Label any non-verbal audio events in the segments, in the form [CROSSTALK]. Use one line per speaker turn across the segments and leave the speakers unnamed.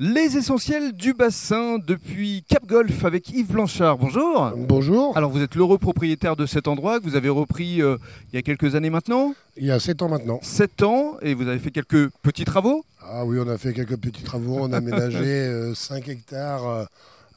Les essentiels du bassin depuis Cap Golf avec Yves Blanchard. Bonjour.
Bonjour.
Alors vous êtes l'heureux propriétaire de cet endroit que vous avez repris euh, il y a quelques années maintenant,
Il y a 7 ans maintenant.
7 ans, et vous avez fait quelques petits travaux.
Ah oui, on a fait quelques petits travaux. On a
[LAUGHS]
aménagé 5 hectares euh,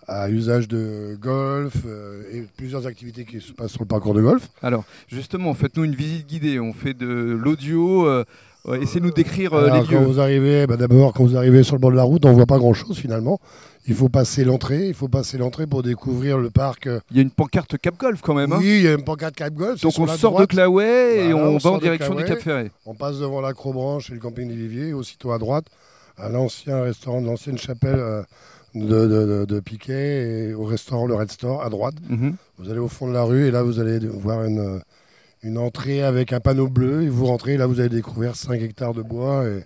à usage de golf euh, et plusieurs activités qui se passent sur le parcours de golf.
Alors justement, faites-nous une visite guidée. On fait de l'audio. euh, euh, Essayez-nous de décrire euh,
Alors,
les
quand
lieux.
vous arrivez, bah, d'abord, quand vous arrivez sur le bord de la route, on voit pas grand-chose finalement. Il faut passer l'entrée. Il faut passer l'entrée pour découvrir le parc. euh,
Il y a une pancarte Cap Golf quand même. hein.
Oui, il y a une pancarte Cap Golf. c'est
Donc
sur
on
la
sort
droite.
de Claouet et
Voilà,
on,
on
va
sort
en
de
direction du
Claouet.
Cap Ferret.
On passe devant l'acrobranche et le camping des Viviers, aussitôt à droite, à l'ancien restaurant de l'ancienne chapelle euh, de, de- de- de Piquet et au restaurant Le Red Store à droite.
Mhm.
Vous allez au fond de la rue et là vous allez voir une, euh, une entrée avec un panneau bleu et vous rentrez et là vous allez découvrir 5 hectares de bois et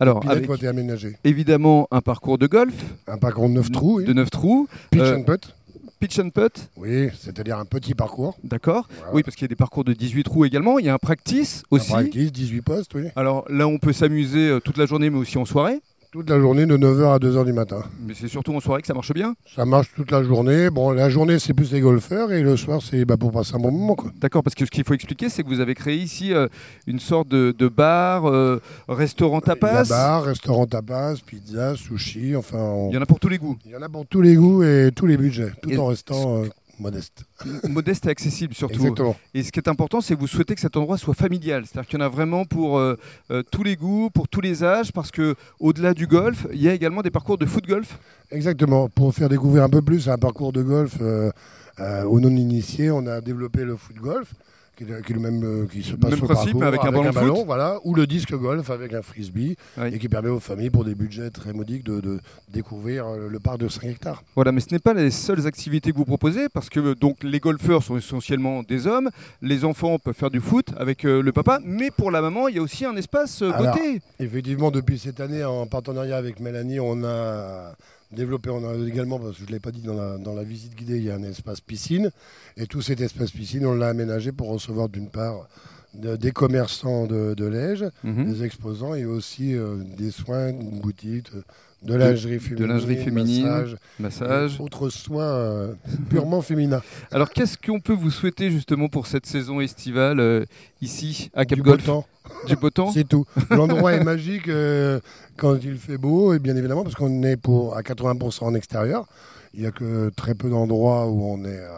Alors
puis
avec
avec... côté aménagé.
évidemment un parcours de golf
Un parcours de 9 trous, oui.
de 9 trous,
pitch
euh,
and putt.
pitch and putt,
Oui, c'est-à-dire un petit parcours.
d'accord
Voilà.
Oui, parce qu'il y a des parcours de 18 trous également. Il y a un practice
Un
aussi.
practice, 18 postes, oui.
Alors là, on peut s'amuser euh, toute la journée, mais aussi en soirée.
Toute la journée de 9h à 2h du matin.
Mais c'est surtout en soirée que ça marche bien.
Ça marche toute la journée. Bon, la journée, c'est plus les golfeurs et le soir, c'est bah, pour passer un bon moment. Quoi.
D'accord, parce que ce qu'il faut expliquer, c'est que vous avez créé ici euh, une sorte de, de bar, euh, restaurant
Il y a
tapas.
bar, restaurant tapas, pizza, sushi, enfin, on-
Il y en a pour tous les goûts. [LAUGHS]
il y en a pour tous les goûts et tous les budgets, tout
Et-
en restant euh, modeste.
Modeste et accessible surtout.
Exactement.
Et ce qui est important, c'est que vous souhaitez que cet endroit soit familial. C'est-à-dire qu'il y en a vraiment pour euh, euh, tous les goûts, pour tous les âges, parce que au-delà du golf, il y a également des parcours de foot golf.
Exactement. Pour faire découvrir un peu plus un parcours de golf euh, euh, aux non-initiés, on a développé le foot golf, qui est, le- qui est le même euh, qui se passe
Même
au
principe,
parcours,
mais avec un ballon de foot.
voilà, ou le disque golf avec un frisbee,
Oui.
et qui permet aux familles, pour des budgets très modiques, de, de découvrir euh, le parc de 5 hectares.
Voilà, mais ce n'est pas les seules activités que vous proposez, parce que euh, donc les golfeurs sont essentiellement des hommes, les enfants peuvent faire du foot avec euh, le papa, mais pour la maman, il y a aussi un espace euh,
Alors,
beauté.
Effectivement, depuis cette année, en partenariat avec Mélanie, on a développé, on a également, parce que je ne l'ai pas dit dans la, dans la visite guidée, il y a un espace piscine. Et tout cet espace piscine, on l'a aménagé pour recevoir d'une part de- des commerçants de, de Lège,
Mhm.
des exposants et aussi euh, des soins, une boutique, de- de lingerie féminine,
lingerie féminine,
massage,
Massage.
et autres soins euh, purement féminins.
Alors qu'est-ce qu'on peut vous souhaiter justement pour cette saison estivale euh, ici à Cap
Du beau
Golf
temps.
Du beau temps [LAUGHS]
C'est tout. L'endroit est magique euh, quand il fait beau, et bien évidemment, parce qu'on est pour, à 80% en extérieur. Il n'y a que très peu d'endroits où on est euh,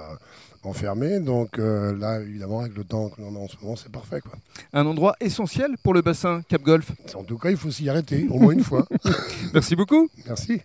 enfermé. Donc euh, là, évidemment, avec le temps que l'on a en ce moment, c'est parfait. Quoi.
Un endroit essentiel pour le bassin Cap Golf. [LAUGHS]
En tout cas, il faut s'y arrêter, au moins une fois.
Merci beaucoup.
Merci.